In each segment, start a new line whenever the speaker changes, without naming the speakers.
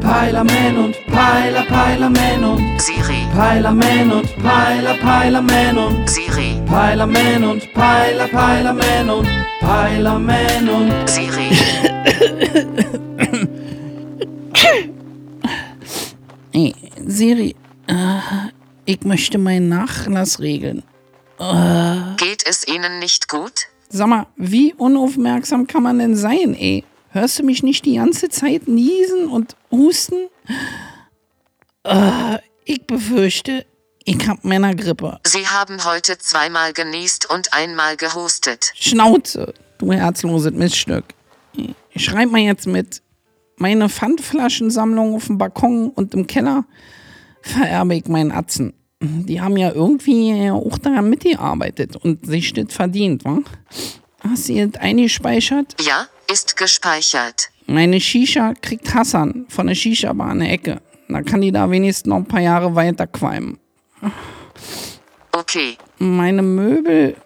Peilerman und Peiler, Peilerman und
Siri,
Peilerman und Peiler, Peilerman und
Siri,
Peilerman und Peiler, Peilerman und Peilerman und
Siri.
Hey, Siri, äh, ich möchte meinen Nachlass regeln.
Geht es Ihnen nicht gut?
Sag mal, wie unaufmerksam kann man denn sein, ey? Hörst du mich nicht die ganze Zeit niesen und husten? Äh, ich befürchte, ich hab Männergrippe.
Sie haben heute zweimal genießt und einmal gehustet.
Schnauze, du herzloses Miststück. Schreib mal jetzt mit. Meine Pfandflaschensammlung auf dem Balkon und im Keller vererbe ich meinen Atzen. Die haben ja irgendwie auch daran mitgearbeitet und sich das verdient, wa? Hast du jetzt eingespeichert?
Ja, ist gespeichert.
Meine Shisha kriegt Hassan von der Shisha-Bar an der Ecke. Da kann die da wenigstens noch ein paar Jahre weiter qualmen.
Okay.
Meine Möbel.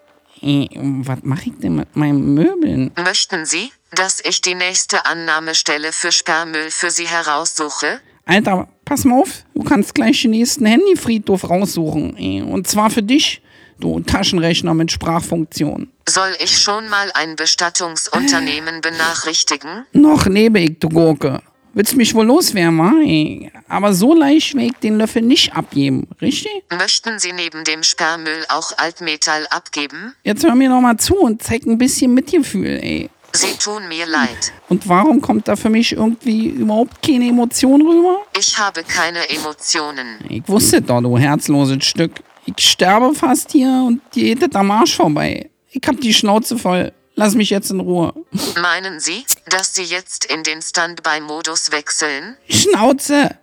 Eh, Was mache ich denn mit meinen Möbeln?
Möchten Sie, dass ich die nächste Annahmestelle für Sperrmüll für Sie heraussuche?
Alter, pass mal auf, du kannst gleich den nächsten Handyfriedhof raussuchen. eh. Und zwar für dich, du Taschenrechner mit Sprachfunktion.
Soll ich schon mal ein Bestattungsunternehmen benachrichtigen?
Noch lebe ich, du Gurke. Willst mich wohl loswerden, wa? Eh, Aber so leicht will ich den Löffel nicht abgeben, richtig?
Möchten Sie neben dem Sperrmüll auch Altmetall abgeben?
Jetzt hör mir noch mal zu und zeig ein bisschen Mitgefühl, ey.
Sie tun mir leid.
Und warum kommt da für mich irgendwie überhaupt keine Emotion rüber?
Ich habe keine Emotionen.
Ich wusste doch, du herzloses Stück. Ich sterbe fast hier und dir geht der Marsch vorbei. Ich hab die Schnauze voll. Lass mich jetzt in Ruhe.
Meinen Sie, dass Sie jetzt in den Standby-Modus wechseln?
Schnauze!